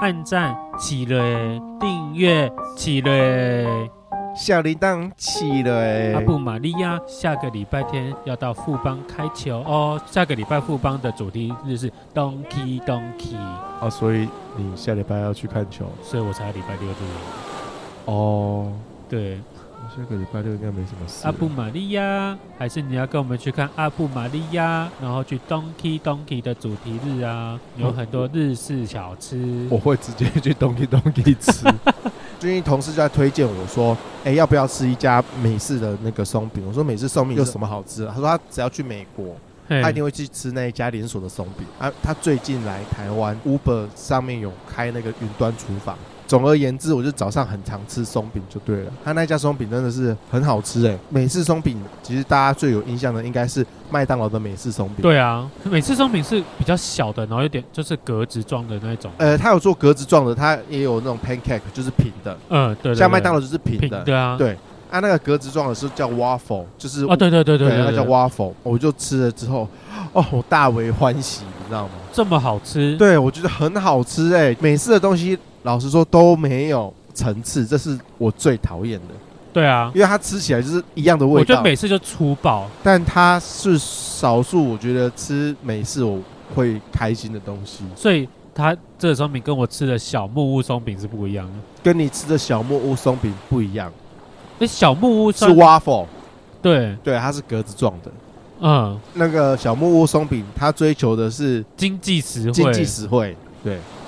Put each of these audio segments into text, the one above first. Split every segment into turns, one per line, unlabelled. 按赞起嘞，订阅起嘞。
小铃铛起了哎、
阿布玛利亚下个礼拜天要到富邦开球哦。下个礼拜富邦的主题日是 Donkey Donkey，
啊，所以你下礼拜要去看球
所以我才礼拜六日。
哦。
对，
下个礼拜六应该没什么事。
阿布玛利亚，还是你要跟我们去看阿布玛利亚，然后去 Donkey Donkey 的主题日啊，有很多日式小吃。
哦
我会直接去东西东西吃。
最近同事就在推荐我说，哎、要不要吃一家美式的那个松饼？我说美式松饼有什么好吃的？他说他只要去美国，
嘿
他一定会去吃那一家连锁的松饼。啊，他最近来台湾，Uber 上面有开那个云端厨房。总而言之，我就早上很常吃松饼就对了。他那家松饼真的是很好吃哎、美式松饼其实大家最有印象的应该是麦当劳的美式松饼。
对啊，每次松饼是比较小的，然后有点就是格子状的那种。
呃，它有做格子状的，它也有那种 pancake，就是平的，
嗯，对对对，
像麦当劳就是平
平
的。
对啊，
对啊，那个格子状的是叫 waffle，就是
哦，对对对对
对，那叫
对，
waffle，我就吃了之后，哦，我大为欢喜，你知道吗？
这么好吃。
对，我觉得很好吃哎、美式的东西老实说都没有层次，这是我最讨厌的，
对啊，
因为它吃起来就是一样的味
我觉得
道，
每次就粗暴。
但它是少数我觉得吃美式我会开心的东西，
所以它这个松饼跟我吃的小木屋松饼是不一样的。
跟你吃的小木屋松饼不一样，
哎，小木屋
是
松
waffle，
对，
对，它是格子状的。
嗯，
那个小木屋松饼，它追求的是
经济实惠，
经济实惠，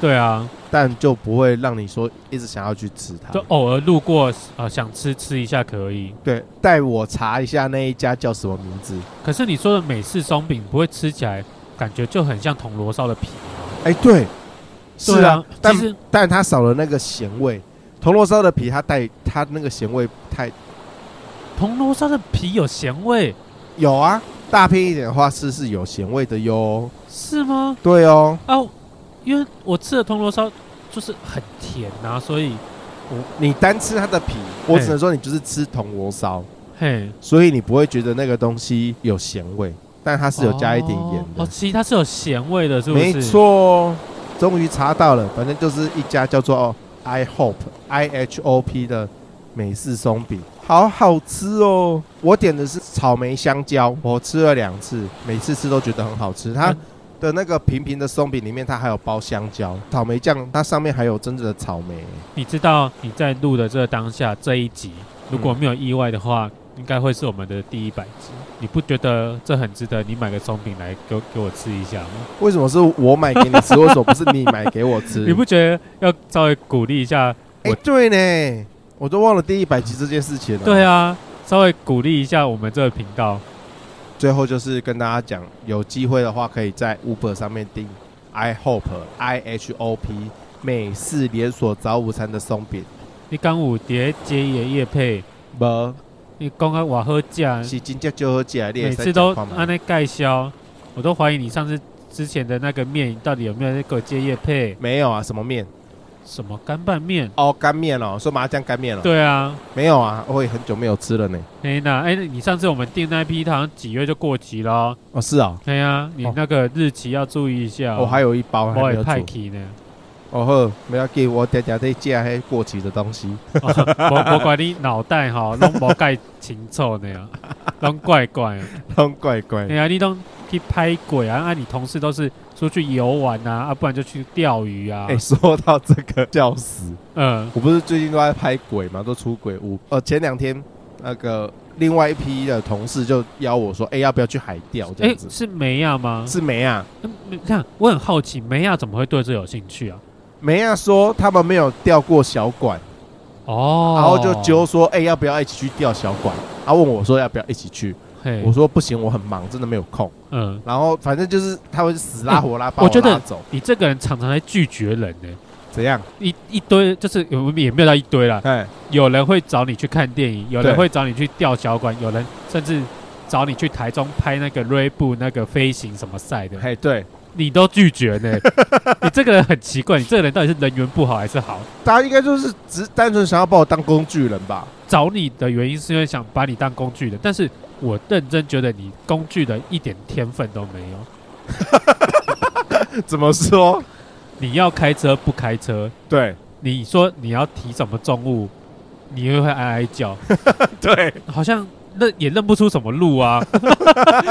对啊，
但就不会让你说一直想要去吃它
就。偶尔路过啊、呃想吃吃一下可以。
对，带我查一下那一家叫什么名字？
可是你说的美式松饼不会吃起来感觉就很像铜锣烧的皮吗？
哎，对，是
对
啊，
啊，
但
其实
但它少了那个咸味。铜锣烧的皮它带它那个咸味太
铜锣烧的皮有咸味
有啊，大片一点的话是是有咸味的哟。
是吗？
对哦，
啊，因为我吃的铜锣烧就是很甜呐、所以
你单吃它的皮，我
嘿
只能说你就是吃铜锣烧，
嘿
所以你不会觉得那个东西有咸味，但它是有加一点盐的。
哦，哦其实它是有咸味的，是不是？
没错，哦终于查到了，反正就是一家叫做哦 I Hope I H O P 的美式松饼，好好吃哦。我点的是草莓香蕉，我吃了两次，每次吃都觉得很好吃。它
嗯
的那个平平的松饼里面，它还有包香蕉、草莓酱，它上面还有真正的草莓。
你知道你在录的这个当下这一集，如
嗯
果没有意外的话，应该会是我们的第一百集。你不觉得这很值得你买个松饼来给我给我吃一下吗？
为什么是我买给你吃？为什么不是你买给我吃？
你不觉得要稍微鼓励一下？
哎、对呢，我都忘了第一百集这件事情了。
对啊，稍微鼓励一下我们这个频道。
最后就是跟大家讲，有机会的话可以在 Uber 上面订 I Hope I H O P 美式连锁早午餐的松饼，
你刚有碟接爷夜配，嗯
无
你刚刚我喝酱，
是真正就好起来，你也
每
可以
次都
吃看嘛
按那盖销，我都怀疑你上次之前的那个面到底有没有那个接夜配？
没有啊，什么面？
什么干拌面？
哦，干面哦，说麻酱干面哦，
对啊，
没有啊，我也很久没有吃了呢。
哎那哎，你上次我们订那批，好像几月就过期了哦。
哦，是啊、
对呀、你
哦
那个日期要注意一下、哦
我、还有一包还
我
没
也
有
派
煮。
去呢。
哦呵，不要给我等下再借那些过期的东西。
我哦 我管你脑袋哈，拢无盖清楚 呢，哦拢怪怪的。
很怪怪
哎。呀、你拢去拍鬼啊？啊，你同事都是出去游玩啊，啊，不然就去钓鱼啊。
哎、说到这个，笑死。
嗯，
我不是最近都在拍鬼嘛，都出鬼屋。呃，前两天那个另外一批的同事就邀我说，哎、要不要去海钓这
哎、
样子？
是梅亚吗？
是梅啊，
嗯，你看，我很好奇，梅亚怎么会对这有兴趣啊？
梅啊说他们没有钓过小管，
哦，
然后就揪说，哎、要不要一起去钓小管？他问我说要不要一起去，
嘿，
我说不行，我很忙，真的没有空。
嗯，
然后反正就是他会死拉活拉把
我觉得
拉走，
你这个人常常在拒绝人呢、
怎样？
一一堆就是我们也没有到一堆啦，
哎，
有人会找你去看电影，有人
对
会找你去钓小馆，有人甚至找你去台中拍那个锐步那个飞行什么赛的，
嘿，对，
你都拒绝呢。 你这个人很奇怪，你这个人到底是人缘不好还是好？
大家应该就是只是单纯想要把我当工具人吧？
找你的原因是因为想把你当工具人，但是我认真觉得你工具人一点天分都没有。
怎么说？
你要开车不开车，
对
你说你要提什么重物，你又会哀哀叫，
对，
好像认也认不出什么路 啊。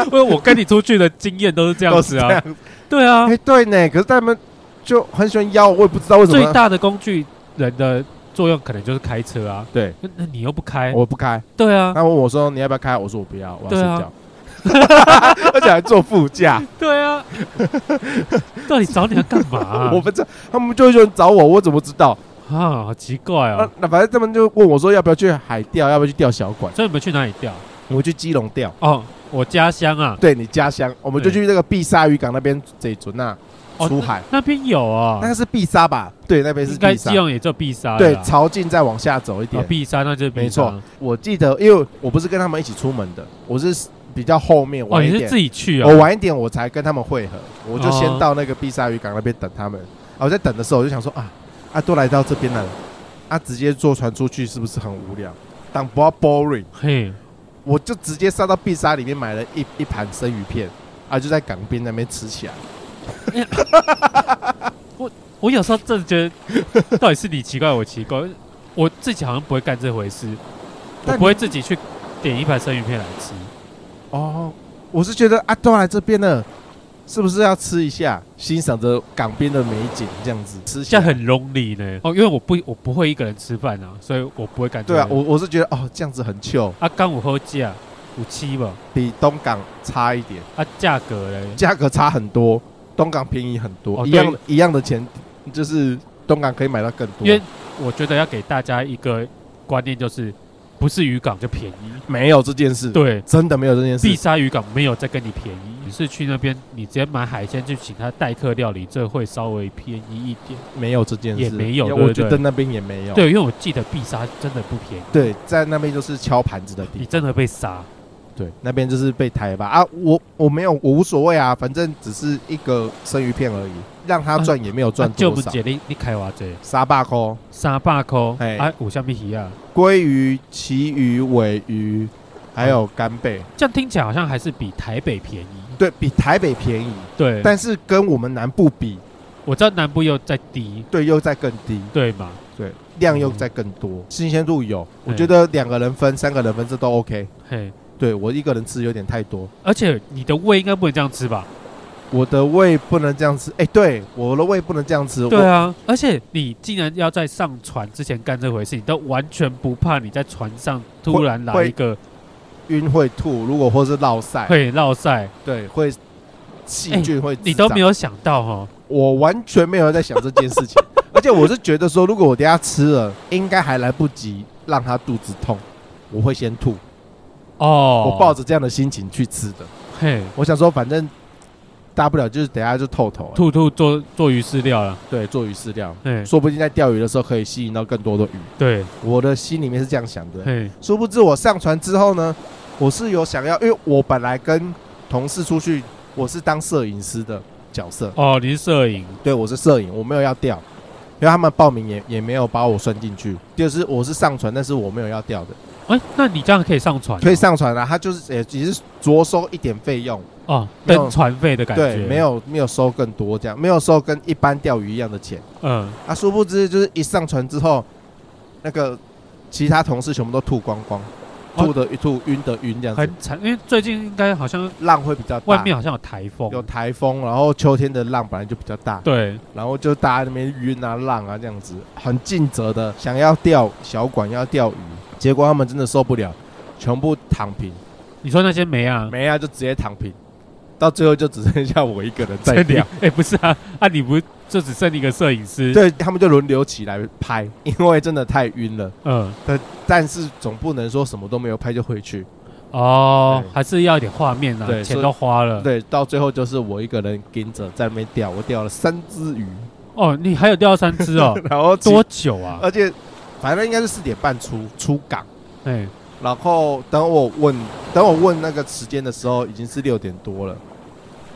因为我跟你出去的经验都是这样
都是
子
这
啊
样，。
对啊
哎，，对呢，可是他们就很喜欢邀，我也不知道为什
最
么。
大的工具人的作用可能就是开车啊。
对，
那那你又不开，
我不开，
对啊，
他问我说你要不要开，我说我不要，我要睡
哎对啊
觉， 而且还坐副驾。
对 啊，到底找你要干嘛啊？
我不知道，他们就有人找我，我怎么知道？
啊，好奇怪
那
哦。
那反正他们就问我说要不要去海钓，要不要去钓小管，
所以你们去哪里钓？
我去基隆钓。
哦，我家乡啊，
对你家乡，我们就
对
去那个碧沙渔港那边这准那
哦
出海，
那边有啊
那，个是碧沙吧？对，那边是
应该
碧
基
沙。
隆也就碧沙了
对，
啦
朝近再往下走一
啊哦
点。
碧沙那就是碧
没
沙
错。我记得，因为我不是跟他们一起出门的，我是比较后面
哦，
晚
你
一
是
点
自，己去啊？
我晚一点我才跟他们会合，我就
哦
先到那个碧沙渔港那边等他们。啊，我在等的时候我就想说啊啊，都来到这边了，啊，直接坐船出去是不是很无聊？当不要 boring，
嘿，
我就直接杀到碧沙里面买了一一盘生鱼片，啊，就在港边那边吃起来。
我有时候真的觉 得，到底是你奇怪，我奇怪，我自己好像不会干这回事，我
但
不会自己去点一盘生鱼片来吃。
哦，我是觉得啊，都来这边了，是不是要吃一下，欣赏着港边的美景，这样子
这
吃下
样很 lonely 呢。哦，因为我不我不会一个人吃饭啊，所以我不会感觉。
对啊，我我是觉得哦，这样子很 chill，
啊，刚午后价五七吧，
比东港差一点，
啊，价格嘞，
价格差很多，东港便宜很多，
哦
一
对
样的一样的钱，就是东港可以买到更多。
因为我觉得要给大家一个观念，就是不是渔港就便宜，
没有这件事，，
对。
真的没有这件
碧
事，
沙渔港没有再跟你便宜，你是去那边，你直接买海鲜去请他代客料理，这会稍微便宜一点。
没有这件事，
也没有对不
我
对
觉得那边也没有。
对，因为我记得碧沙真的不便宜，
对，在那边就是敲盘子的地
你
方，
真的被杀。
对，那边就是被抬吧啊，我我没有，我无所谓啊，反正只是一个生鱼片而已，让他赚也没有赚
啊就
多
不
少，
解你你开哇这
沙坝扣、
三百块
嘿
啊，五香米鱼啊，
鲑鱼、旗鱼、尾鱼，还有干贝，
这样听起来好像还是比台北便宜。
对比台北便宜，
对，
但是跟我们南部比，
我知道南部又再低，
对又再更低，
对嘛？
对量又再更多，新鲜度有，我
对
觉得两个人分、三个人分这都 OK，
嘿，
对我一个人吃有点太多，
而且你的胃应该不能这样吃吧？
我的胃不能这样吃，哎、对，我的胃不能这样吃，
对啊，而且你竟然要在上船之前干这回事，你都完全不怕你在船上突然来
会
一个
我晕会吐，如果或是落晒。
会落晒，
对，会细
哎
菌会、
你都没，有想到哦。
我完全没有在想这件 事情，而且我是觉得说，如果我等一下吃了，应该还来不及让他肚子痛，我会先吐，
哦，
我抱着这样的心情去吃的，
嘿
我想说反正。大不了就是等一下就透头了，
兔兔做做鱼饲料了，
对，做鱼饲料，
嘿，
说不定在钓鱼的时候可以吸引到更多的鱼。
对，
我的心里面是这样想的，
嘿，
殊不知我上船之后呢，我是有想要，因为我本来跟同事出去，我是当摄影师的角色，
哦，你是摄影，
对，我是摄影，我没有要钓，因为他们报名也也没有把我算进去。就是我是上传，但是我没有要钓的，
哎，那你这样可以上船哦，
可以上传啊。他就是也只是着收一点费用，
哦，
没有
登船费的感觉，
对，没，有没有收更多这样，没有收跟一般钓鱼一样的钱
嗯，
啊。殊不知就是一上传之后，那个其他同事全部都吐光光，
哦
吐的吐，晕的晕这样子，
很惨，因为最近应该好像
浪会比较大，
外面好像有台风，
啊有台风，然后秋天的浪本来就比较大，
对，
然后就大家那边晕啊、浪啊这样子，很尽责的想要钓小管、要钓鱼，结果他们真的受不了，全部躺平，
你说那些没啊？
没啊就直接躺平，到最后就只剩下我一个人在
真的
钓
啊。 哎、不是啊，啊，你不是就只剩一个摄影师？，
对他们就轮流起来拍，因为真的太晕了。
嗯，
但是总不能说什么都没有拍就回去。
哦，
对
还是要一点画面啊，
对
钱都花了。，
对，到最后就是我一个人跟着在那边钓，我钓了三只鱼，
哦，你还有钓三只哦，
然后其
多，久啊？
而且反正应该是四点半出出港。
哎、
然后等我问，等我问那个时间的时候，已经是六点多了。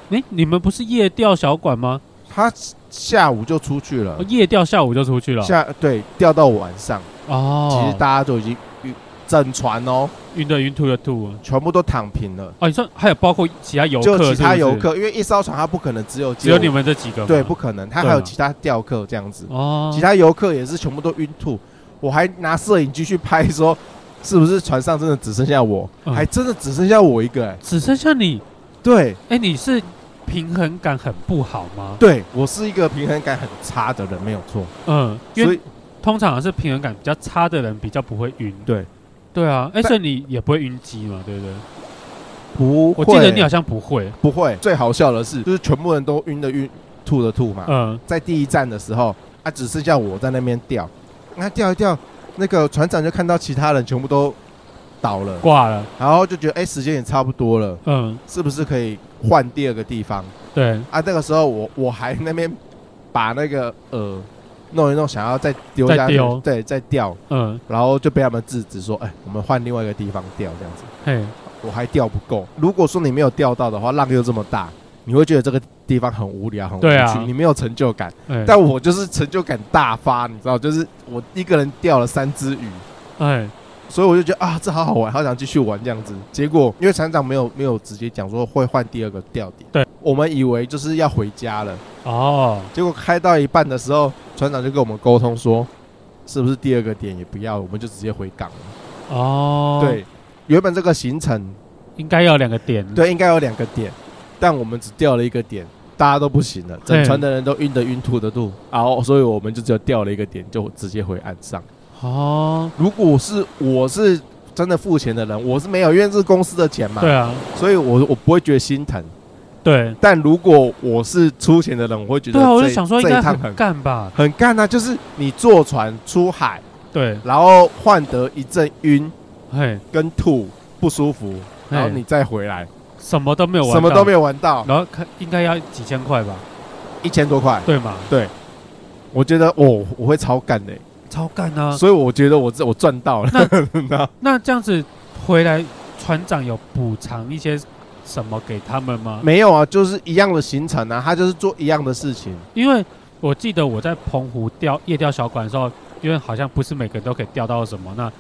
哎、你们不是夜钓小馆吗？
他下午就出去
哎
了
哦，夜钓下午就出去了。
下对调到晚上，其
哦，
实大家都已经晕呃整船哦，
晕的晕，吐的吐啊。
全部都躺平了。
哦，你说还有包括其他游
就
客
其他
是不是
游，客，因为一艘船它不可能只有
只有你
我
们这几个吗，
对，不可能，它
对啊
还有其他钓客这样子，
哦，
其他游客也是全部都晕吐。我还拿摄影机去拍，说是不是船上真的只剩下我，
嗯
还真的只剩下我一个、哎，
只剩下你，
对
哎，你是平衡感很不好吗？
对，我是一个平衡感很差的人，没有错。
嗯，因
所
为
以
通常是平衡感比较差的人比较不会晕。
对，
对啊，哎，
但
所以你也不会晕机嘛，对不对？
不会，
我
啊
记得你好像不会，
不会。最好笑的是，就是全部人都晕的晕，吐的吐嘛。
嗯，
在第一站的时候，啊，只剩下我在那边钓，那钓一钓，那个船长就看到其他人全部都倒了，
挂了，
然后就觉得哎、时间也差不多了，
嗯，
是不是可以换第二个地方
对，
啊？那个时候我我还那边把那个饵弄一弄，想要再丢
再
下去
丢，
对，再钓，
嗯，
然后就被他们制止说，哎、我们换另外一个地方钓这样子。
嘿，
我还钓不够。如果说你没有钓到的话，浪又这么大，你会觉得这个地方很无聊，很无趣，
对啊
你没有成就感。
哎，
但我就是成就感大发，你知道，就是我一个人钓了三只鱼，
哎，
所以我就觉得啊，这好好玩，好想继续玩这样子。结果因为船长没有没有直接讲说会换第二个钓点，
对，
我们以为就是要回家了。
哦，
结果开到一半的时候，船长就跟我们沟通说，是不是第二个点也不要，我们就直接回港了。
哦，，
对，原本这个行程
应该要两个点，，
对，应该有两个点，但我们只钓了一个点，大家都不行了，整
嘿
船的人都晕的晕，吐的吐，然后所以我们就只有钓了一个点，就直接回岸上。
哦，
如果是我是真的付钱的人，我是没有，因为这是公司的钱嘛，
对啊，
所以我我不会觉得心疼。
对，
但如果我是出钱的人，我会觉得
对啊，我
这
就想说应
这
该
一趟
很
很
干吧，
很干啊，就是你坐船出海，
对，
然后换得一阵晕
嘿，
跟吐不舒服，然后
嘿
你再回来，
什么都没有玩，
什么都没
有，
有玩到，
然后看应该要几千块吧，
一千多块。
对嘛，
我觉得哦，我会超干的、
超干啊，
所以我觉得我这我赚到了。
那这样子回来，船长有补偿一些什么给他们吗？
没有啊，就是一样的行程啊，他就是做一样的事情。
因为我记得我在澎湖钓夜钓小馆的时候，因为好像不是每个人都可以钓到什么，那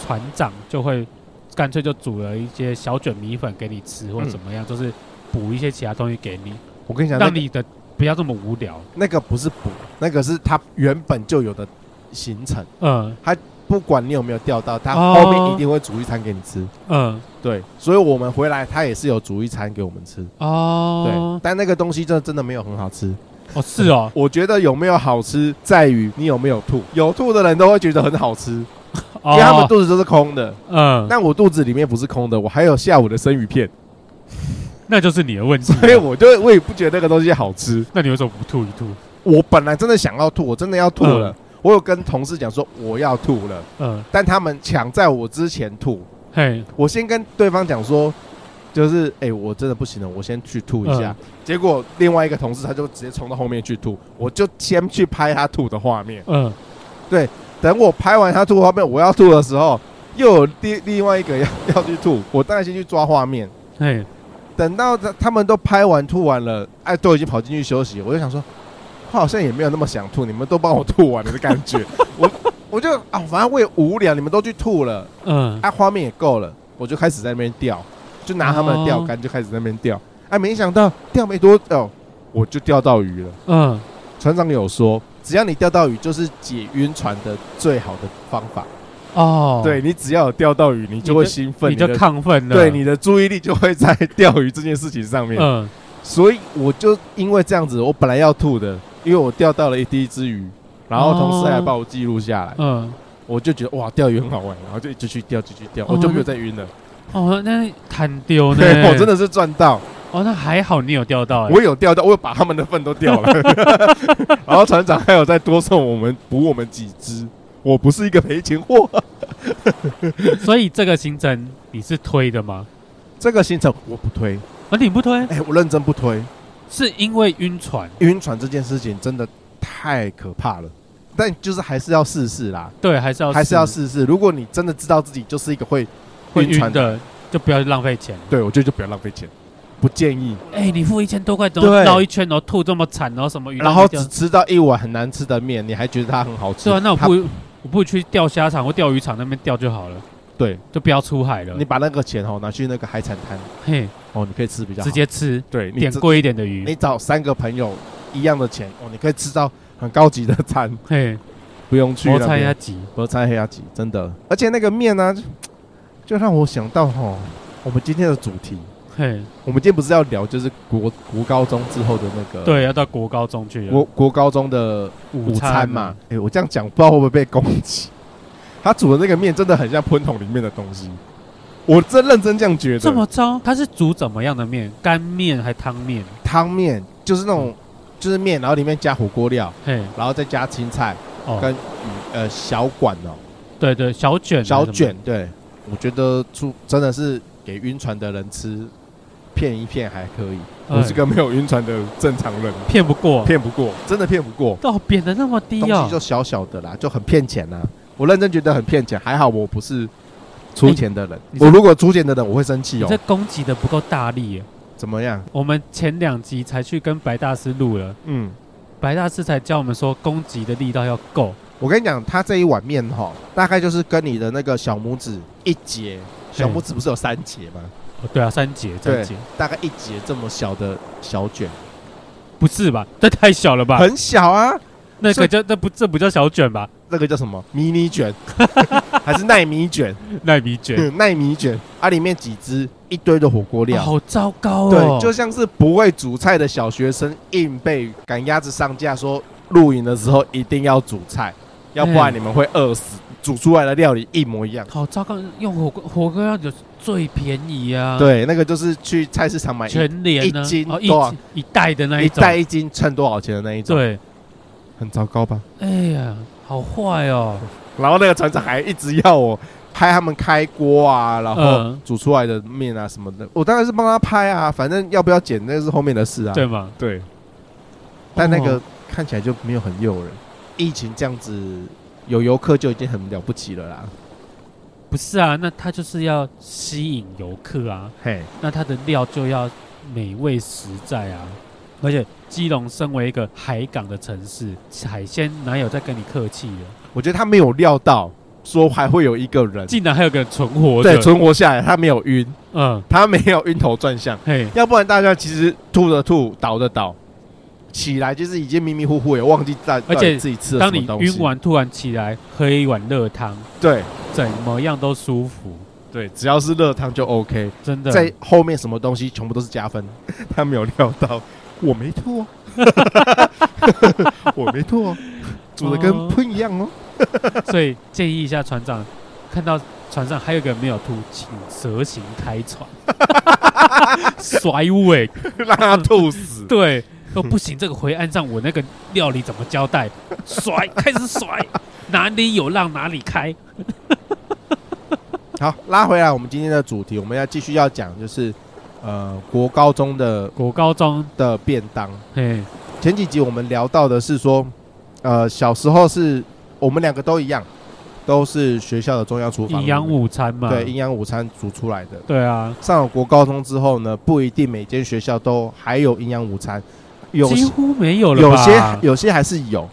船长就会干脆就煮了一些小卷米粉给你吃，或者
嗯
怎么样，就是补一些其他东西给你，
我跟你讲，那
让
个
你的不要这么无聊。
那个不是补，那个是他原本就有的行程，
嗯
不管你有没有钓到，他
哦
后面一定会煮一餐给你吃。
嗯
对，所以我们回来他也是有煮一餐给我们吃。对
哦，，
但那个东西真的真的没有很好吃。
哦是哦，
我觉得有没有好吃，在于你有没有吐。有吐的人都会觉得很好吃，因为他们
哦
肚子都是空的。
嗯，那
但我肚子里面不是空的，我还有下午的生鱼片。
那就是你的问题啊。
所以我就我也不觉得那个东西好吃。
那你为什么不吐一吐？
我本来真的想要吐，我真的要吐了。
嗯
我有跟同事讲说我要吐了，
嗯
但他们抢在我之前吐。
嘿
我先跟对方讲说，就是哎、我真的不行了，我先去吐一下。
嗯
结果另外一个同事他就直接冲到后面去吐，我就先去拍他吐的画面。
嗯
等我拍完他吐的画面，我要吐的时候，又有另另外一个要要去吐，我当然先去抓画面。
嘿
等到他他们都拍完吐完了，哎，都已经跑进去休息，我就想说，我好像也没有那么想吐，你们都帮我吐完了的感觉， 我我就啊，反正我也无聊，你们都去吐了，
嗯
啊，画面也够了，我就开始在那边钓，就拿他们的钓竿就开始在那边钓，啊，没想到钓没多久、我就钓到鱼了。
嗯
船长有说，只要你钓到鱼，就是解晕船的最好的方法。
哦，
对，你只要有钓到鱼，你就会兴奋，
你就
的
亢奋了，
对你的注意力就会在钓鱼这件事情上面。
嗯
所以我就因为这样子，我本来要吐的，因为我钓到了一第一只鱼，然后同事还把我记录下来，
嗯。
我就觉得哇，钓鱼很好玩，然后就继续钓，继续钓，
哦
我就没有再晕了。
哦，那摊丢呢？
对，我真的是赚到，
哦，那还好你有钓到、欸，
我有钓到，我有把他们的份都钓 了，然后船长还有再多送我们补我们几只。我不是一个赔钱货，
所以这个行程你是推的吗？
这个行程我不推，
啊，你不推，
哎、我认真不推。
是因为晕船？
晕船这件事情真的太可怕了，但就是还是要试试啦。
对，还哦是要
还是要试试。如果你真的知道自己就是一个会
会晕
船，
的，就不要浪费钱。
对我觉得就不要浪费钱，不建议。
哎、你付一千多块，怎么
对
绕一圈，然后吐这么惨，然后什么鱼都
然
没
后
钓？
只吃到一碗很难吃的面，你还觉得它很好吃？
对啊，那我
它
不我不如去钓虾场或钓鱼场那边钓就好了，
对，
就不要出海了。
你把那个钱哦拿去那个海产摊
嘿，
哦，你可以吃比较好
直接吃
对你
点
这
贵一点的鱼
你，找三个朋友一样的钱哦，你可以吃到很高级的餐，
嘿，
不用去
摩
那
擦
边
压挤，
不猜黑鸭鸡，真的。而且那个面呢、就就让我想到哈，我们今天的主题，
嘿，
我们今天不是要聊就是国国高中之后的那个
对，要到国高中去了
国国高中的午餐嘛？哎、我这样讲不知道会不会被攻击。他煮的那个面真的很像喷桶里面的东西，我真认真这样觉得。
这么糟？它是煮怎么样的面？干面还汤面？
汤面就是那种就是面，然后里面加火锅料，
嘿，
然后再加青菜
哦
跟，呃小管哦、
对对，小卷，
小卷，，对，我觉得出真的是给晕船的人吃，骗一骗还可以。我
哎
是个没有晕船的正常人，
骗不过，
骗不过，真的骗不过。
哦，贬的那么低
东西
哦
就。小小的啦，就很骗钱呐、我认真觉得很骗钱，还好我不是出钱的人。
你
我如果出钱的人，我会生气
你
哦
这。攻击的不够大力耶。
怎么样？
我们前两集才去跟白大师录了，
嗯，
白大师才教我们说攻击的力道要够。
我跟你讲，他这一碗面哈，大概就是跟你的那个小拇指一节，小拇指不是有三节吗？
哦，对啊，三节，三
对
节，
大概一节这么小的小卷，
不是吧？这太小了吧？
很小啊。
那
所
个
以
叫这不这不叫小卷吧？
那个叫什么 迷 你卷，还是奈米卷？
奈米卷，
嗯奈米卷啊，里面几只一堆的火锅
哦
料，
好糟糕哦。
对，就像是不会煮菜的小学生硬被赶鸭子上架，说露营的时候一定要煮菜，要不然
嗯
你们会饿死。煮出来的料理一模一样。
好糟糕，用火锅火锅料酒最便宜啊。，
对，那个就是去菜市场买一
全联呢
哎一斤
哦
多少
一一袋的那
一
一种，
袋一斤称多少钱的那一种，
对，
很糟糕吧？
哎呀，好坏哦。
然后那个船长还一直要我拍他们开锅啊，然后
嗯，
煮出来的面啊什么的，我当然是帮他拍啊，反正要不要剪那是后面的事啊。
对嘛，
对，但那个
哦
看起来就没有很诱人。疫情这样子有游客就已经很了不起了啦。
不是啊，那它就是要吸引游客啊。
嘿，
那它的料就要美味实在啊。而且基隆身为一个海港的城市，海鲜哪有在跟你客气的？
我觉得他没有料到说还会有一个人
竟然还有个人存活着，
对存活下来，他没有晕，
嗯，
他没有晕头转向，
嘿，
要不然大家其实吐的吐，倒的倒。起来就是已经迷迷糊糊，也忘记在，
而且
到底自己吃了
当
什
你
么东西。
晕，完突然起来喝一碗热汤，
对
怎么样都舒服，
对，只要是热汤就 OK。
真的。
在后面什么东西全部都是加分， 他没有料到，我没吐 哦，我没吐哦，煮的跟喷一样 哦。
所以建议一下船长，看到船上还有一个人没有吐，请蛇形开 船，甩尾，
让他吐死。
对，说不行，这个回岸上我那个料理怎么交代？甩，开始甩，哪里有浪哪里开。
好，拉回来，我们今天的主题，我们要继续要讲就是，呃，国高中的
国高中，
的便当。
嘿，
前几集我们聊到的是说，呃，小时候是我们两个都一样，都是学校的中央厨房
营养
里面
午餐嘛，
对营养午餐煮出来的。
对啊，
上了国高中之后呢，不一定每间学校都还有营养午餐，有
几乎没有了
有
吧？
些有些还是有，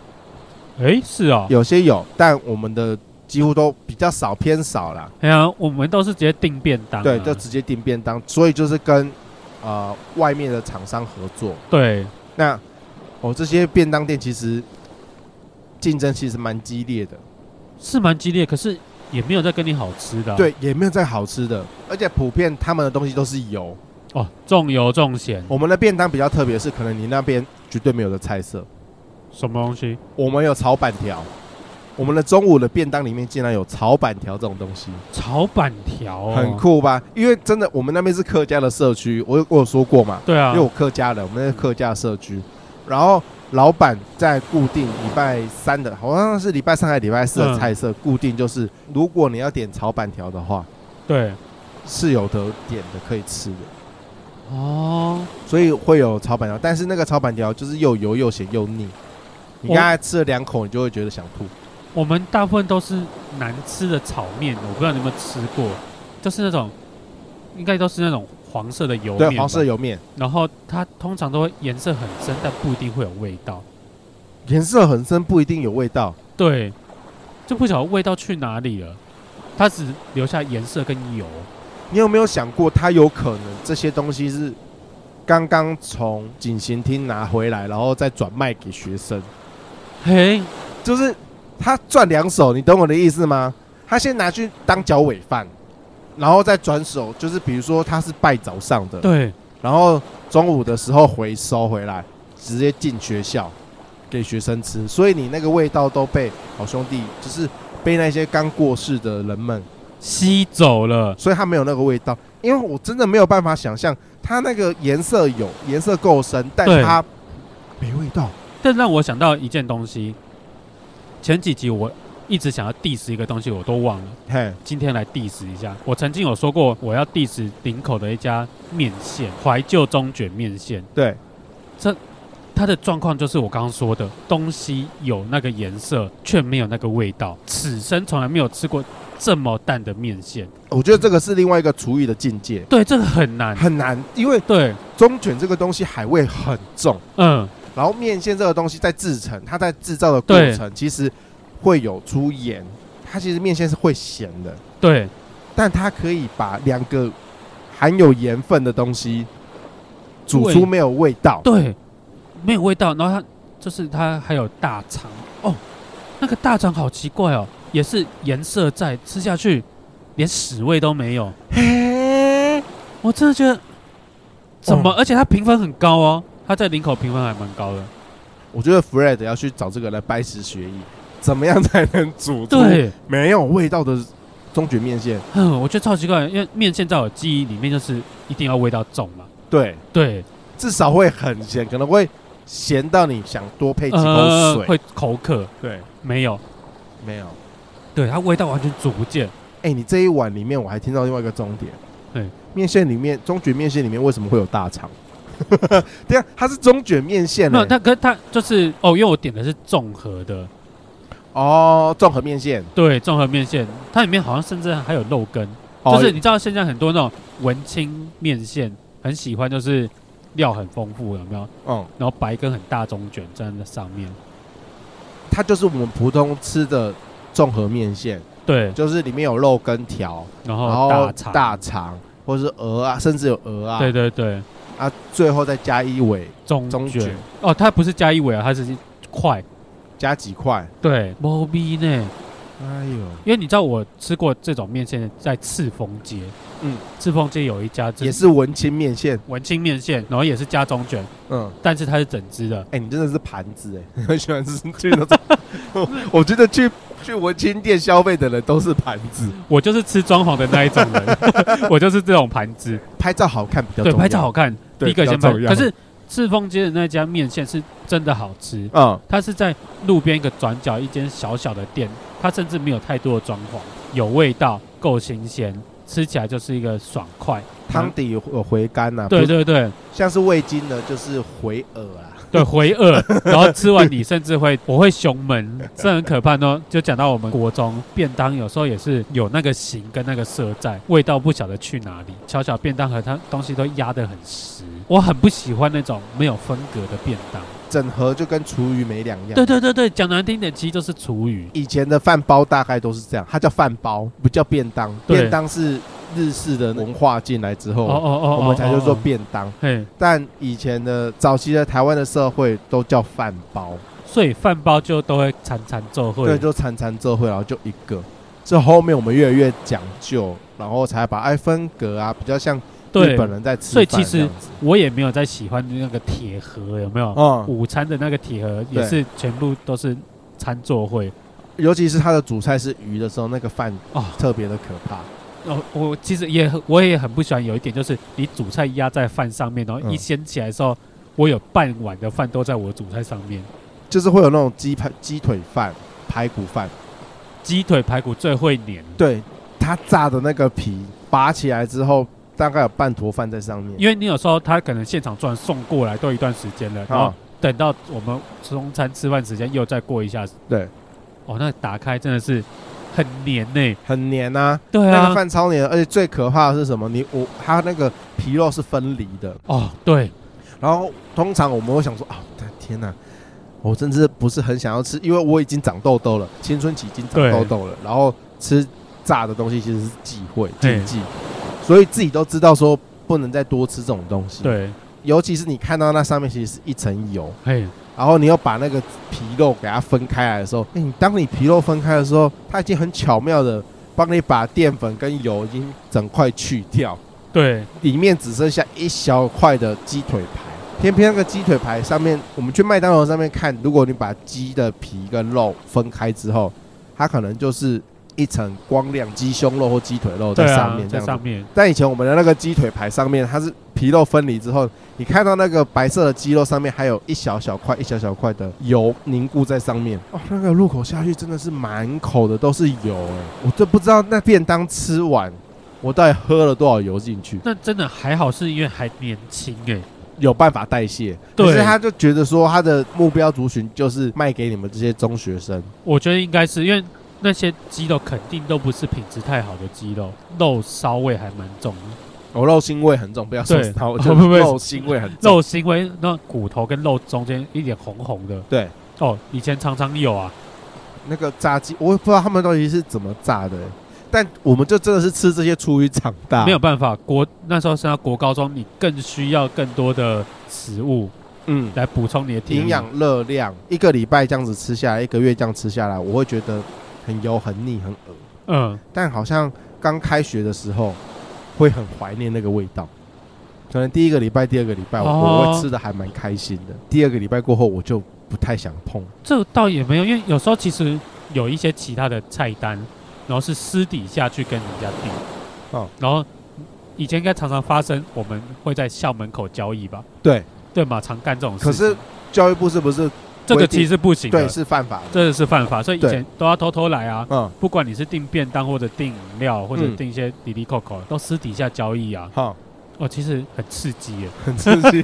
哎，是哦，
有些有，但我们的几乎都比较少偏少啦。
哎呀，我们都是直接订便当啊，
对，就直接订便当，所以就是跟呃外面的厂商合作。
对，
那哦，这些便当店其实竞争其实蛮激烈的，
是蛮激烈，可是也没有在跟你好吃的啊、
对，也没有再好吃的，而且普遍他们的东西都是油。
哦，重油重咸，
我们的便当比较特别是，可能你那边绝对没有的菜色。
什么东西？
我们有炒板条，我们的中午的便当里面竟然有炒板条这种东西，
炒板条、哦，
很。酷吧？因为真的，我们那边是客家的社区，我有我有说过嘛，
对啊
因为，我客家人，我们是客家社区，然后老板在固定礼拜三的，好像是礼拜三还是礼拜四的
嗯
菜色，固定就是如果你要点炒板条的话，
对，
是有得点的可以吃的，
哦，
所以会有炒板条，但是那个炒板条就是又油又咸又腻，你
我
刚才吃了两口，你就会觉得想吐。
我们大部分都是难吃的炒面，我不知道你有没有吃过，就是那种，应该都是那种黄色的油面吧，
对，黄色油面
然后它通常都会颜色很深，但不一定会有味道。
颜色很深，不一定有味道。
对，就不晓得味道去哪里了，它只留下颜色跟油。
你有没有想过，它有可能这些东西是刚刚从景行厅拿回来，然后再转卖给学生？
嘿，
就是他赚两手，你懂我的意思吗？他先拿去当脚尾饭，然后再转手，就是比如说他是拜早上的，
对，
然后中午的时候回收回来，直接进学校给学生吃，所以你那个味道都被好兄弟，就是被那些刚过世的人们，
吸走了。
所以他没有那个味道。因为我真的没有办法想象，它那个颜色有颜色够深，但
对
它没味道。
这让我想到一件东西，前几集我一直想要 diss 一个东西，我都忘了，
嘿，
今天来 diss 一下。我曾经有说过，我要 diss 林口的一家面线，怀旧中卷面线，
对，
它的状况就是我刚刚说的，东西有那个颜色，却没有那个味道，此生从来没有吃过这么淡的面线。
我觉得这个是另外一个厨艺的境界，
对，这个很难。
很难，因为
对，
中卷这个东西海味很重，
嗯，
然后面线这个东西在制成，它在制造的过
对
程其实会有出盐，它其实面线是会咸的，
对，
但它可以把两个含有盐分的东西煮出
味
没有味道。
对，没有味道。然后它就是它还有大肠哦，那个大肠好奇怪哦，也是颜色在，吃下去连屎味都没有。
嘿，
我真的觉得怎么？
哦
而且它评分很高哦，它在林口评分还蛮高的。
我觉得 Fred 要去找这个来拜师学艺，怎么样才能煮出
对，
没有味道的中卷面线？
嗯，我觉得超奇怪，因为面线在我记忆里面就是一定要味道重嘛。
对，
对，
至少会很咸，可能会咸到你想多配几口
呃，
水。
会口渴，
对，
没有，
没有。
对，它味道完全煮不见。
哎、你这一碗里面我还听到另外一个重点，
对，
面线里面中卷面线里面为什么会有大肠？ 对啊，它是中卷面线、
没
欸
有，，它可是它就是哦，因为我点的是综合的，
哦，综合面线，
对，综合面线，它里面好像甚至还有肉羹，
哦
就是你知道现在很多那种文青面线很喜欢，就是料很丰富，有没有？
嗯，
然后白跟很大中卷站在上面，
它就是我们普通吃的综合面线，
对，
就是里面有肉跟条，
然
然
后
后
哦大肠，
大肠或是鹅啊，甚至有鹅啊，
对对对，
啊，最后再加一尾，
中
中卷
哦，它不是加一尾啊，它是块，
加几块，
对，猫逼呢。
哎呦，
因为你知道我吃过这种面线在赤峰街，
嗯
嗯，赤峰街有一家
也
也是
是文青面线，
文青面线，然后也是加中卷，
嗯。
但是它是整只的，
哎、你真的是盘子 哎、很喜欢吃去那种。 我我觉得去去文青店消费的人都是盘子，
我就是吃装潢的那一种人， 我就是这种盘子，
拍照好看比较重
对，
要。
拍照好看，第
对
一个先
比较
拍。
重要
可是赤峰街的那家面线是真的好吃，
嗯，
它是在路边一个转角一间小小的店，它甚至没有太多的装潢，有味道，够新鲜，吃起来就是一个爽快。嗯
汤底有有回甘呐、啊，
对
不是，
对对
像是味精呢，就是回饵啊。
对，回饵，然后吃完你甚至会，我会胸闷，这很可怕呢。就讲到我们国中便当，有时候也是有那个形跟那个色在，味道不晓得去哪里。小小便当盒它东西都压得很实，我很不喜欢那种没有风格的便当。
整盒就跟厨余没两样。
对，对对对，讲难听点，其实就是厨余。
以前的饭包大概都是这样，它叫饭包，不叫便当。
对
便当是日式的文化进来之后，
哦哦哦，
我们才就
哦
说
哦
便当。
嘿，
但以前的早期的台湾的社会都叫饭包。
所以饭包就都会餐餐做会。
对，就餐餐这会，然后就一个。这后面我们越来越讲究，然后才把哎分隔啊，比较像日
对
本人在吃
所以
饭
其实
这样子
我也没有在喜欢那个铁盒，有没有？
嗯，
午餐的那个铁盒也是全部都是餐座会。
尤其是他的主菜是鱼的时候，那个饭
哦
特别的可怕。
哦，我其实也很我也很不喜欢有一点，就是你主菜压在饭上面，然后
嗯
一掀起来的时候，我有半碗的饭都在我主菜上面。
就是会有那种鸡排、鸡腿饭、排骨饭，
鸡腿排骨最会粘，
对，它炸的那个皮拔起来之后，大概有半坨饭在上面。
因为你有时候他可能现场转送过来都一段时间了，然后
啊，
等到我们中餐吃饭时间又再过一下，
对，
哦，那打开真的是很黏呢、
很黏啊，
对
那
啊
个，饭超黏，而且最可怕的是什么？你我它那个皮肉是分离的，嗯
哦，对，
哦然后通常我们会想说啊，天哪，我甚至不是很想要吃，因为我已经长痘痘了，青春期已经长痘痘了，然后吃炸的东西其实是忌讳禁忌，所以自己都知道说不能再多吃这种东西。，
对，
尤其是你看到那上面其实是一层油，
嘿，
然后你又把那个皮肉给它分开来的时候，哎，你当你皮肉分开的时候，它已经很巧妙的帮你把淀粉跟油已经整块去掉，
对，
里面只剩下一小块的鸡腿排。偏偏那个鸡腿排上面，我们去麦当劳上面看，如果你把鸡的皮跟肉分开之后，它可能就是一层光亮鸡胸肉或鸡腿肉在
对
上
啊
面，这
在
样子。
上面，
但以前我们的那个鸡腿排上面，它是皮肉分离之后，你看到那个白色的鸡肉上面还有一小小块、一小小块的油凝固在上面。哦，那个入口下去真的是满口的都是油哎、我这不知道那便当吃完，我到底喝了多少油进去，
那真的还好，是因为还年轻哎，
有办法代谢。
对
可是他就觉得说他的目标族群就是卖给你们这些中学生。
我觉得应该是因为那些鸡肉肯定都不是品质太好的鸡肉，肉骚味还蛮重的，
哦，肉腥味很重，哦不要说
对
它，我觉得
会不会
肉腥味很重。
肉是因为那骨头跟肉中间一点红红的。
对，
哦，以前常常有啊，
那个炸鸡，我也不知道他们到底是怎么炸的欸、但我们就真的是吃这些厨余长大，
没有，办法，国那时候上到国高中，你更需要更多的食物
嗯，
来补充你的体力
营养。热量，一个礼拜这样子吃下来，一个月这样吃下来，我会觉得很油、很腻、很恶
嗯，
但好像刚开学的时候会很怀念那个味道。可能第一个礼拜、第二个礼拜，我
哦
我会吃的还蛮开心的。第二个礼拜过后，我就不太想碰。
这个倒也没有，因为有时候其实有一些其他的菜单，然后是私底下去跟人家订。
哦
然后以前应该常常发生，我们会在校门口交易吧？
对，
对嘛，常干这种事情。
可是教育部是不是
这个
规定
其实不行的，
对是犯法的？
这是犯法，所以以
对
前都要偷偷来啊。
嗯，
不管你是订便当或者订饮料或者
嗯
订一些滴滴扣扣，都私底下交易啊。
好，
哦，其实很刺激耶。
很刺激。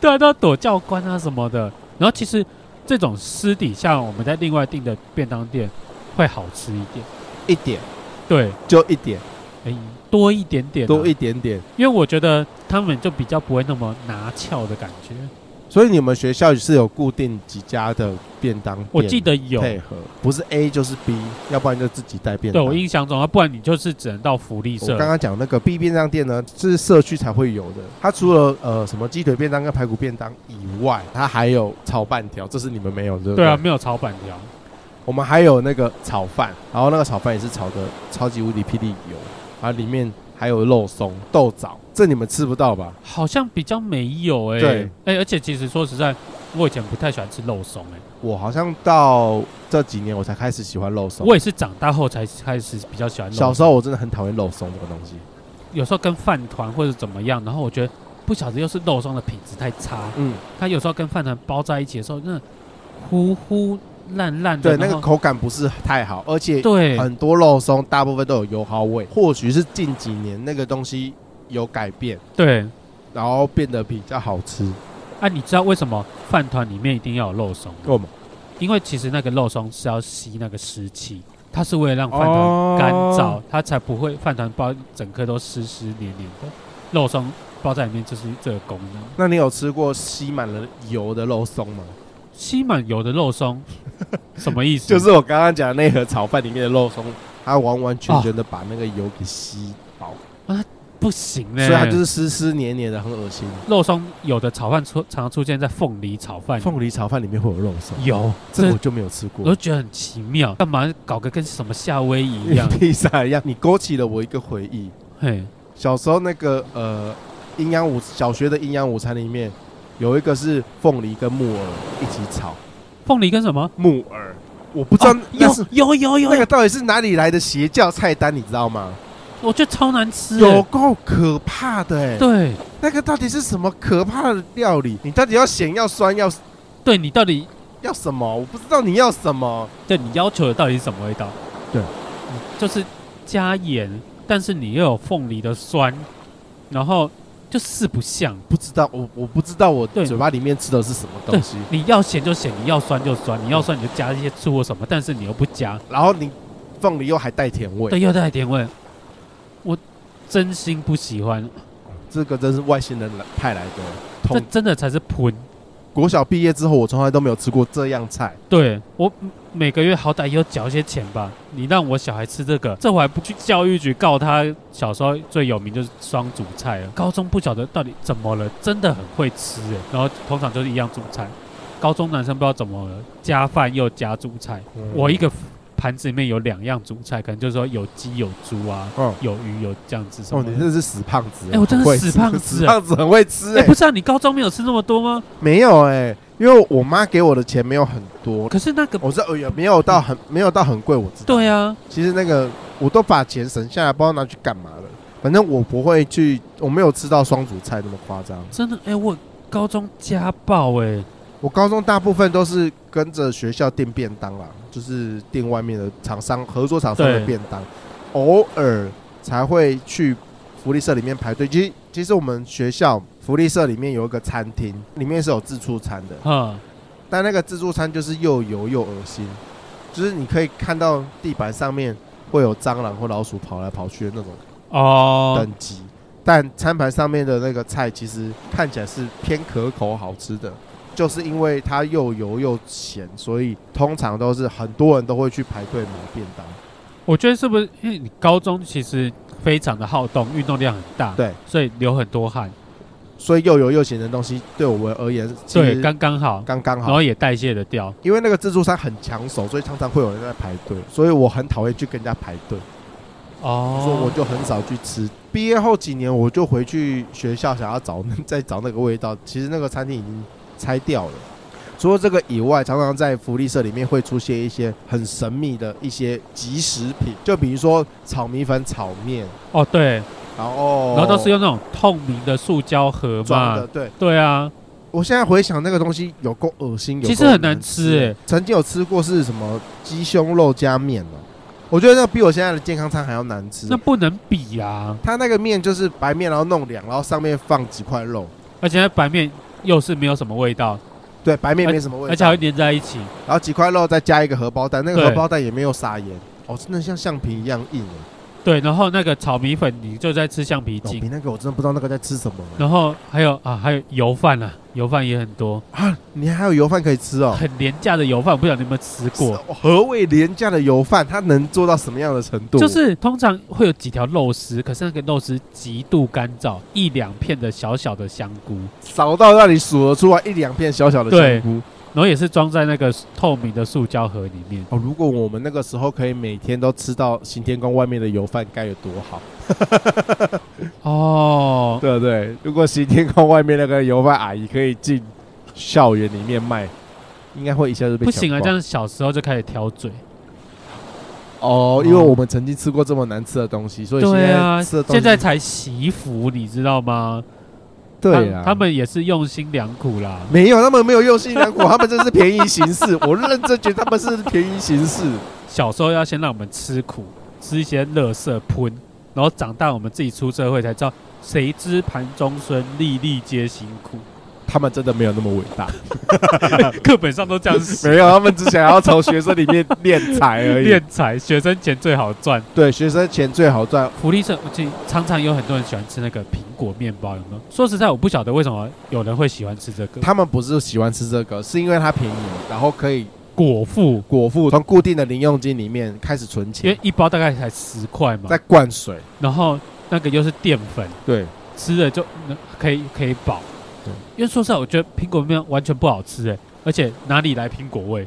对啊，都要躲教官啊什么的。然后其实这种私底下我们在另外订的便当店会好吃一点，
一点
对，
就一点，啊
哎，多一点点、
多一，点点。
因为我觉得他们就比较不会那么拿翘的感觉。
所以你们学校是有固定几家的便当店
我记得有，
配合，不是 A 就是 B，要不然就自己带便
对
当。
我印象中啊，不然你就是只能到福利
我
社
刚。刚讲那个 B 便当店呢，是社区才会有的。它除了呃什么鸡腿便当跟排骨便当以外，它还有炒半条，这是你们没有的。对不
对
对
啊，，没有炒板条。
我们还有那个炒饭，然后那个炒饭也是炒的超级无敌霹雳油，然后里面还有肉松、豆枣，这你们吃不到吧？
好像比较没有哎、
对
哎、而且其实说实在，我以前不太喜欢吃肉松哎、
我好像到这几年我才开始喜欢肉松
我。也是长大后才开始比较喜欢肉松。
小时候我真的很讨厌肉松这个东西。
有时候跟饭团或者怎么样，然后我觉得不晓得又是肉松的品质太差，
嗯，
它有时候跟饭团包在一起的时候，那糊糊烂烂的，
对，那个
然后
口感不是太好，而且
对
很多肉松大部分都有油耗味，或许是近几年那个东西有改变，
对。
然后变得比较好吃。
啊，你知道为什么饭团里面一定要有肉松吗？
够吗？
因为其实那个肉松是要吸那个湿气，它是为了让饭团干燥，它才不会饭团包整颗都湿湿黏黏的。肉松包在里面就是这个功能。
那你有吃过吸满了油的肉松吗？
吸满油的肉松什么意思？
就是我刚刚讲的那盒炒饭里面的肉松，它完完全全的把那个油给吸饱，
不行呢、
所以它就是湿湿黏黏的，很恶心。
肉松有的炒饭出常常出现在凤梨炒饭里，
凤梨炒饭里面会有肉松，
有，
这个
这
我就没有吃过。？
我都觉得很奇妙，干嘛搞个跟什么夏威夷一样
披萨一样，你勾起了我一个回忆。
嘿，
小时候那个呃，营养午小学的营养午餐里面有一个是凤梨跟木耳一起炒
凤梨跟什么？
木耳，我不知道
哦
那是、
有有有有
那个
有，
到底是哪里来的邪教菜单，你知道吗？
我觉得超难吃欸。
有够可怕的哎、
对
那个到底是什么可怕的料理？你到底要咸要酸要
对，你到底
要什么？我不知道你要什么。
对你要求的到底是什么味道？
对
嗯，就是加盐，但是你又有凤梨的酸，然后就四不像。
不知道，我我不知道我
对
嘴巴里面吃的是什么东西，
你要咸就咸，你要酸就酸，你要酸你就加一些醋或什么，但是你又不加，
然后你凤梨又还带甜味，
对，又带点味。我真心不喜欢，
这个真是外星人来派来的，
这
统
真的才是喷。
国小毕业之后，我从来都没有吃过这样菜。
对我嗯每个月好歹也有缴一些钱吧，你让我小孩吃这个，这我还不去教育局告他。小时候最有名就是双主菜了，高中不晓得到底怎么了，真的很会吃哎。然后通常就是一样主菜，高中男生不知道怎么了，加饭又加主菜，我一个盘子里面有两样主菜，可能就是说有鸡有猪啊，
嗯
有鱼有这样子什
哦，
么
你
的。
真的是死胖子欸！
哎我真的
很会
死
吃
胖子
死胖子很会吃
哎、
哎、
不是啊，你高中没有吃那么多吗？
没有哎、因为我妈给我的钱没有很多，
可是那个，
我知道也没有到很没有到很贵，我知道。
对啊，
其实那个我都把钱省下来，不知道拿去干嘛了。反正我不会去，我没有吃到双主菜那么夸张。
真的哎、我高中家暴哎、
我高中大部分都是跟着学校订便当啦，就是订外面的厂商合作厂商的
对
便当，偶尔才会去福利社里面排队。其实其实我们学校福利社里面有一个餐厅，里面是有自助餐的，
哈。
但那个自助餐就是又油又恶心，就是你可以看到地板上面会有蟑螂或老鼠跑来跑去的那种
哦，
等级。但餐盘上面的那个菜其实看起来是偏可口好吃的，就是因为它又油又咸，所以通常都是很多人都会去排队买便当。
我觉得是不是因为你高中其实非常的好动，运动量很大，
对，
所以流很多汗，
所以又油又咸的东西对我们而言其
对，
实
刚刚好，
刚刚
然
好
后。也代谢的掉。
因为那个自助餐很抢手，所以常常会有人在排队，所以我很讨厌去跟人家排队，所以我
哦，
就很少去吃。毕业后几年，我就回去学校想要找再找那个味道，其实那个餐厅已经拆掉了。除了这个以外，常常在福利社里面会出现一些很神秘的一些即食品，就比如说炒米粉、炒面，
哦对，
然后
然后都是用那种透明的塑胶盒
哦装的。
嘛，
对
对啊，
我现在回想那个东西有够恶心，有够
其实很难
难
吃欸
曾经有吃过是什么鸡胸肉加面呢、我觉得那比我现在的健康餐还要难吃
那。不能比啊，
它那个面就是白面，然后弄凉，然后上面放几块肉。
而且那白面又是没有什么味道，
对，白面没什么味
而且还
道
会，粘在一起。
然后几块肉再加一个荷包蛋，那个
对
荷包蛋也没有撒盐，哦，真的像橡皮一样硬欸
对，然后那个炒米粉你就在吃橡皮
哦，
筋，
比那个我真的不知道那个在吃什么欸
然后还有啊，还有油饭啊，油饭也很多，
啊！你还有油饭可以吃哦，
很廉价的油饭，我不晓得你有没有吃过。
是哦何谓廉价的油饭？它能做到什么样的程度？
就是通常会有几条肉丝，可是那个肉丝极度干燥，一两片的小小的香菇，
少到让你数得出来一两片小小的
对
香菇。
然后也是装在那个透明的塑胶盒里面。
哦，如果我们那个时候可以每天都吃到行天宫外面的油饭，该有多好，
哦，
对不对？如果行天宫外面那个油饭阿姨可以进校园里面卖，应该会一下就被
不行啊，
抢
这
光
样小时候就开始挑嘴。
哦，因为我们曾经吃过这么难吃的东西，所以现
对啊，
在吃的东西
现在才习服，你知道吗？
对
他
啊，
他们也是用心良苦啦。
没有，他们没有用心良苦，他们这是便宜行事，我认真觉得他们是便宜行事。
小时候要先让我们吃苦，吃一些垃圾喷，然后长大我们自己出社会才知道，谁知盘中餐，粒粒皆辛 苦。
他们真的没有那么伟大，
课本上都这样写。
没有，他们只想要从学生里面敛财 而已。
练财，学生钱最好赚。
对，学生钱最好赚，
福利社，我记得常常有很多人喜欢吃那个苹果面包，有没有？说实在，我不晓得为什么有人会喜欢吃这个
他们不是喜欢吃这个，是因为它便宜，然后可以
果腹，
果腹从固定的零用金里面开始存
因为
钱，
一包大概才十块嘛
再，灌水。
然后那个又是淀粉，
对，
吃了就嗯可以可以饱
对。
因为说实在，我觉得苹果面完全不好吃哎、而且哪里来苹果味？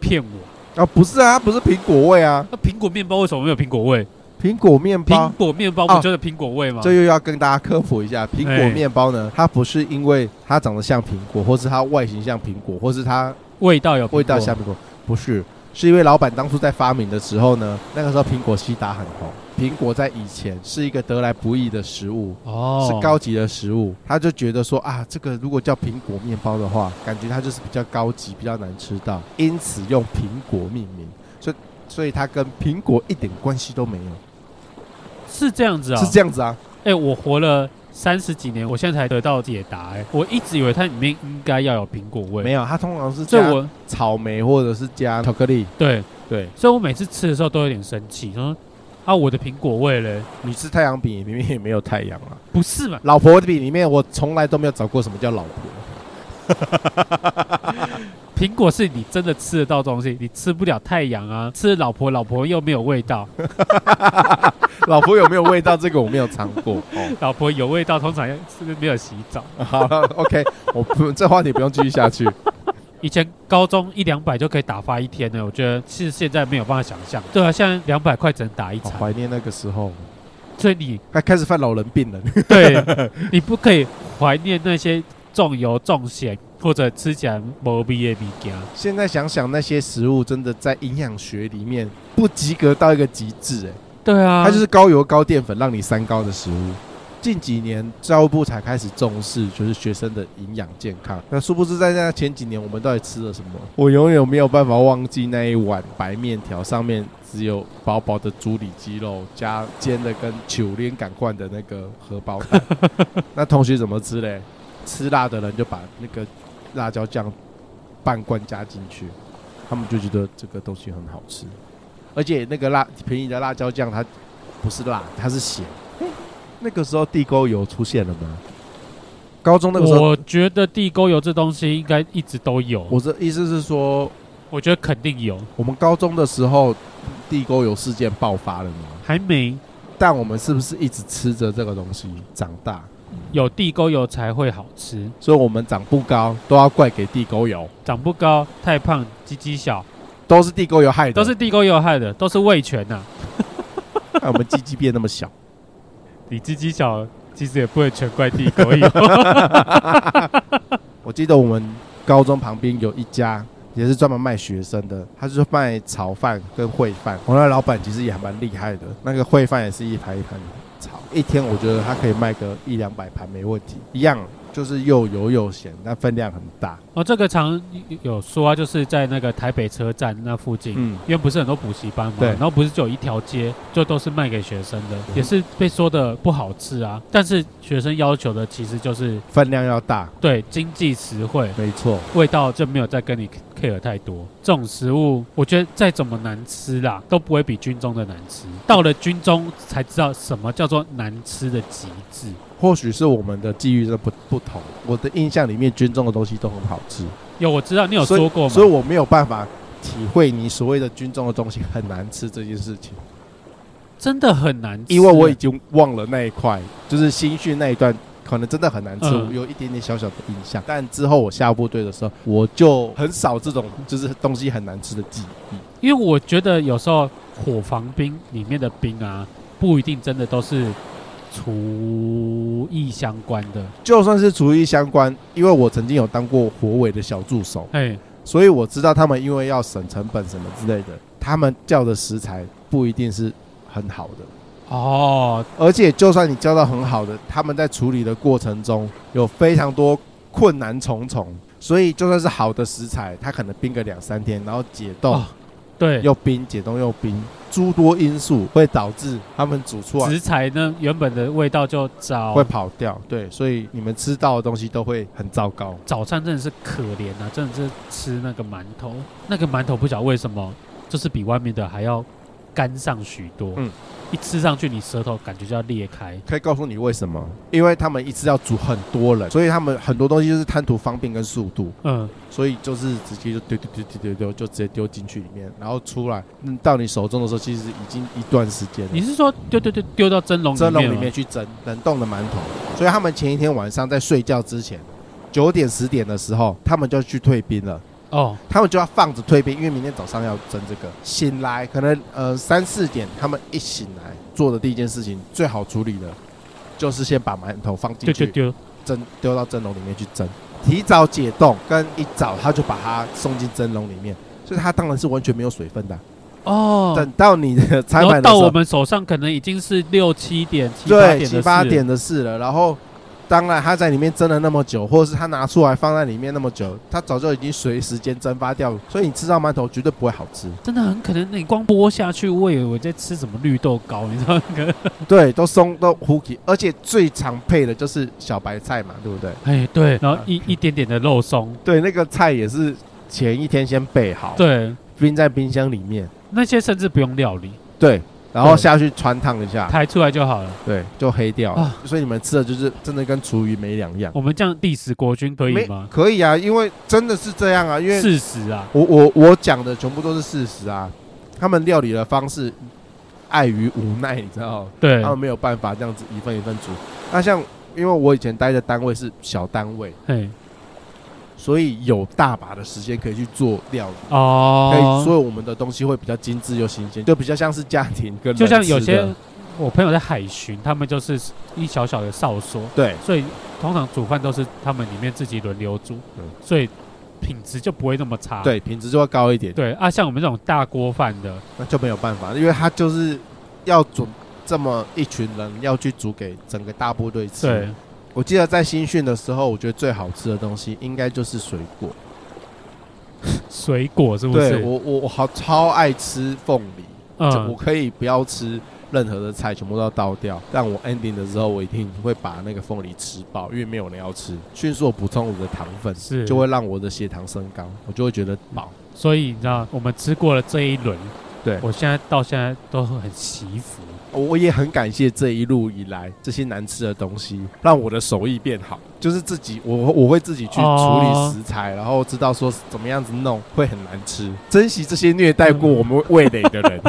骗我！
啊，不是啊，它不是苹果味啊，
那苹果面包为什么没有苹果味？
苹果面包
苹。果面包
啊
不就是苹果味吗？
这又要跟大家科普一下，苹果
哎
面包呢，它不是因为它长得像苹果，或是它外形像苹果，或是它
味道有苹果
味道像苹果，不是，是因为老板当初在发明的时候呢，那个时候苹果西打很红，苹果在以前是一个得来不易的食物，
哦，
是高级的食物，他就觉得说啊，这个如果叫苹果面包的话，感觉它就是比较高级，比较难吃到，因此用苹果命名，所以所以它跟苹果一点关系都没有，
是这样子啊、
是这样子啊？
哎、我活了三十几年，我现在才得到解答、哎，我一直以为它里面应该要有苹果味，
没有，啊它通常是
所以
加
我
草莓或者是加巧克力，
对，
对，
所以我每次吃的时候都有点生气，说啊，我的苹果味嘞，
你吃太阳饼里面也没有太阳啊，
不是嘛？
老婆饼里面我从来都没有找过什么叫老婆，
苹果是你真的吃得到东西，你吃不了太阳啊，吃老婆老婆又没有味道，
老婆有没有味道？这个我没有尝 过。哦，
老婆有味道通常要是没有洗澡。
好了，OK，我不这话题不用继续下 去。
以前高中一两百就可以打发一天呢，我觉得是现在没有办法想象。对啊，现在两百块只能打一
好
场，
怀念那个时候。
所以你
他开始犯老人病了。
对 你不可以怀念那些重油重咸或者吃起来无味的物件。
现在想想，那些食物真的在营养学里面不及格到一个极致、哎，
对啊，
它就是高油、高淀粉，让你三高的食物。近几年教育部才开始重视，就是学生的营养健康。那殊不知在那前几年，我们到底吃了什么？我永远没有办法忘记那一碗白面条，上面只有薄薄的猪里脊肉加煎的跟九连感罐的那个荷包蛋。那同学怎么吃嘞？吃辣的人就把那个辣椒酱半罐加进去，他们就觉得这个东西很好吃，而且那个辣便宜的辣椒酱它不是辣，它是咸。那个时候地沟油出现了吗？高中那个时候，
我觉得地沟油这东西应该一直都有，我
我的意思是说，
觉得肯定有，
我们高中的时候地沟油事件爆发了吗？
还没
但我们是不是一直吃着这个东西长大？
有地沟油才会好吃。
所以我们长不高都要怪给地沟油，
长不高、太胖、鸡鸡小，
都是地沟油害的，
都是地沟油害的，都是味全啊呐、
害我们鸡鸡变那么小。
你鸡鸡小，其实也不能全怪地 沟油。
我记得我们高中旁边有一家也是专门卖学生的，他就是卖炒饭跟烩饭。我那老板其实也还蛮厉害的，那个烩饭也是一盘一盘炒，一天我觉得他可以卖个一两百盘没问题。一样就是又油又咸，但分量很大。
哦，这个常有说啊，就是在那个台北车站那附近，
嗯，
因为不是很多补习班嘛，
对嗯
然后不是就有一条街，就都是卖给学生的，也是被说的不好吃啊。但是学生要求的其实就是
分量要大，
对经济实惠，
没错。
味道就没有再跟你 care 太多。这种食物，我觉得再怎么难吃啦，都不会比军中的难吃。到了军中才知道什么叫做难吃的极致。
或许是我们的际遇真的不不同，我的印象里面军中的东西都很好吃，
有我知道你有
所以
说过
所以
吗？
我没有办法体会你所谓的军中的东西很难吃这件事情。
真的很难吃，啊
因为我已经忘了那一块，就是新训那一段，可能真的很难吃，
嗯
我有一点点小小的印象。但之后我下部队的时候，我就很少这种就是东西很难吃的记忆。
因为我觉得有时候火防兵里面的兵啊，不一定真的都是厨艺相关的。
就算是厨艺相关，因为我曾经有当过火尾的小助手，
哎，
所以我知道他们因为要省成本什么之类的，他们叫的食材不一定是很好的。
哦，
而且就算你教到很好的，他们在处理的过程中有非常多困难重重，所以就算是好的食材，它可能冰个两三天，然后解冻、
哦对，
又冰，解冻又冰，诸多因素会导致他们煮出来
食材呢原本的味道就糟
会。跑掉。对，所以你们吃到的东西都会很糟糕。
早餐真的是可怜啊，真的是吃那个馒头，那个馒头不晓得为什么，就是比外面的还要干上许多。
嗯
一吃上去，你舌头感觉就要裂开。
可以告诉你为什么？因为他们一次要煮很多人，所以他们很多东西就是贪图方便跟速度。
嗯，
所以就是直接就丢丢丢丢丢丢，就直接丢进去里面，然后出来，嗯，到你手中的时候，其实已经一段时间了。
你是说丢丢丢丢到蒸笼里面
蒸
吗
笼里面去蒸冷冻的馒头，所以他们前一天晚上在睡觉之前，九点十点的时候，他们就去退冰了。
哦，
他们就要放着退冰，因为明天早上要蒸这个。醒来可能呃三四点，他们一醒来做的第一件事情，最好处理的，就是先把馒头放
丢丢
进去
丢，
蒸，丢到蒸笼里面去蒸。提早解冻跟一早他就把它送进蒸笼里面，所以它当然是完全没有水分的。啊
哦，
等到你的餐
然后
盘的
到
时
我
候，
们手上可能已经是六七点、七八点
对，
的
七
事
八点的事了。然后，当然他在里面蒸了那么久，或者是他拿出来放在里面那么久，他早就已经随时间蒸发掉了。所以你吃到馒头绝对不会好吃，
真的很可能你光剥下去，我以为我在吃什么绿豆糕，你知道那个？
对，都松都糊起，而且最常配的就是小白菜嘛，对不对？
哎，对，然后一一点点的肉松，
对，那个菜也是前一天先备好，
对，
冰在冰箱里面。
那些甚至不用料理。
对，然后下去穿烫一下，
排出来就好了。
对，就黑掉了
啊。
所以你们吃的就是真的跟厨余没两样。
我们这样历史国军可以
没
吗？
可以啊，因为真的是这样啊，因为
事实啊，
我我我讲的全部都是事实啊。他们料理的方式碍于无奈，你知道吗，
对
他，们没有办法这样子一份一份煮。那像因为我以前待的单位是小单位，
嘿，
所以有大把的时间可以去做料理，可以，
哦，
所以我们的东西会比较精致又新鲜，就比较像是家庭跟人
就像有
吃的
些我朋友在海巡，他们就是一小小的哨所，
对
所以通常煮饭都是他们里面自己轮流煮
嗯，
所以品质就不会那么差。
对品质就会高一点，
对啊，像我们这种大锅饭的，
那就没有办法，因为他就是要煮这么一群人要去煮给整个大部队吃，
对，
我记得在新训的时候，我觉得最好吃的东西应该就是水果。
水果是不是？
对我，我我好超爱吃凤梨，这我
嗯，
可以不要吃任何的菜，全部都要倒掉。但我 ending 的时候，我一定会把那个凤梨吃爆，因为没有人要吃，迅速地补充我的糖分，
是
就会让我的血糖升高，我就会觉得饱。
所以你知道，我们吃过了这一轮，
对
我现在到现在都很惜福。
我也很感谢这一路以来这些难吃的东西，让我的手艺变好。就是自己，我我会自己去处理
哦
食材，然后知道说怎么样子弄会很难吃。珍惜这些虐待过
嗯
我们味蕾 的人，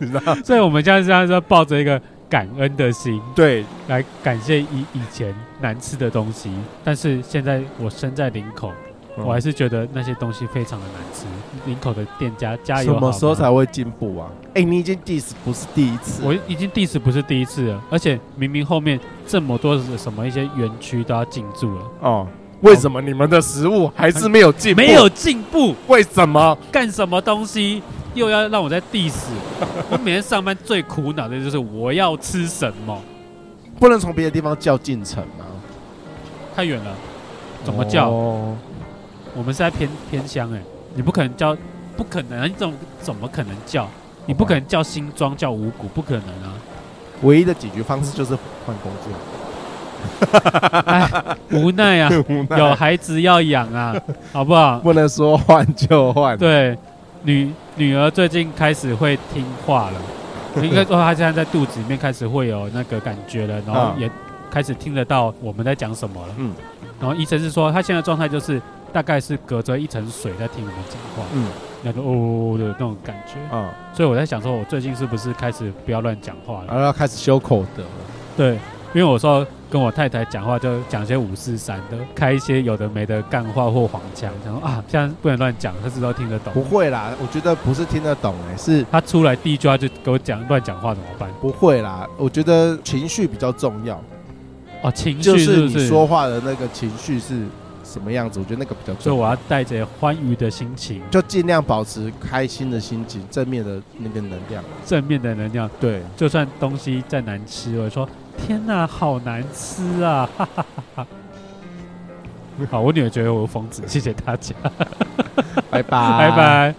你知道？
所以我们现在现在是抱着一个感恩的心
对，
来感谢以以前难吃的东西，但是现在我身在林口，嗯我还
是
是觉得那些东西非常的难吃。林口的店家加
什
油！啊
么时候
好吗
才会进步啊？哎、你已经 diss 不是第一次，
我已经 diss 不是第一次了，而且明明后面这么多的什么一些园区都要进驻 了，
哦，为什么你们的食物还是没有进步？
没有，进步，
为什么？
干什么东西又要让我在 diss？我每天上班最苦恼的就是我要吃什么，
不能从别的地方叫进城吗？
太远了，怎么叫？
哦
我们是在偏偏乡哎、你不可能叫，不可能啊，你怎么怎么可能叫？你不可能叫新庄叫五谷，不可能 啊！
唯一的解决方式就是换工作。
哎，无奈啊，
无奈嗯
有孩子要养啊，好不 好？
不能说换就换。
对，女女儿最近开始会听话 了，应该说她现在在肚子里面开始会有那个感觉了，然后
嗯
也开始听得到我们在讲什么了。
嗯
嗯，然后医生是说她现在状态就是大概是隔着一层水在听我们讲话，
嗯
那种哦的那种感觉。
啊、
所以我在想说，我最近是不是开始不要乱讲话了？
然后要开始修口德了。
对，因为我说跟我太太讲话就讲一些五四三的，开一些有的没的干话或黄腔，然后啊，现在不能乱讲，她是都听得懂
不。会啦，我觉得不是听得懂哎、是
她出来第一句话就给我讲乱讲话怎么办？
不会啦。我觉得情绪比较重要，
哦，情
就
绪是
是
不
你
是？
说话的那个情绪是什么样子，我觉得那个比较
所以
重要。
我要带着欢愉的心情，
就尽量保持开心的心情，正面的那个能量。
正面的能量，
对，
就算东西再难吃，我说天哪，好难吃啊！ 哈哈哈
啊
哈。好，我女儿觉得我疯子，谢谢大家，
拜拜，
拜。拜。